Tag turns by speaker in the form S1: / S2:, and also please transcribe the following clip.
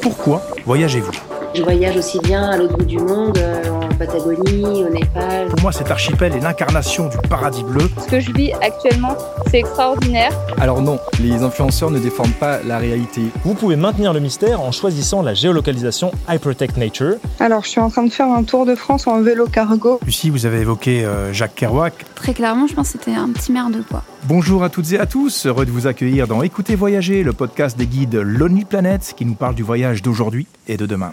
S1: pourquoi voyagez-vous
S2: Je voyage aussi bien à l'autre bout du monde, euh, en Patagonie, au Népal.
S1: Pour moi, cet archipel est l'incarnation du paradis bleu.
S3: Ce que je vis actuellement, c'est extraordinaire.
S4: Alors non, les influenceurs ne déforment pas la réalité.
S5: Vous pouvez maintenir le mystère en choisissant la géolocalisation I Protect Nature.
S6: Alors, je suis en train de faire un tour de France en vélo cargo.
S1: Lucie, vous avez évoqué euh, Jacques Kerouac.
S7: Très clairement, je pense que c'était un petit merde, quoi.
S1: Bonjour à toutes et à tous, heureux de vous accueillir dans Écoutez Voyager, le podcast des guides Lonely Planet qui nous parle du voyage d'aujourd'hui et de demain.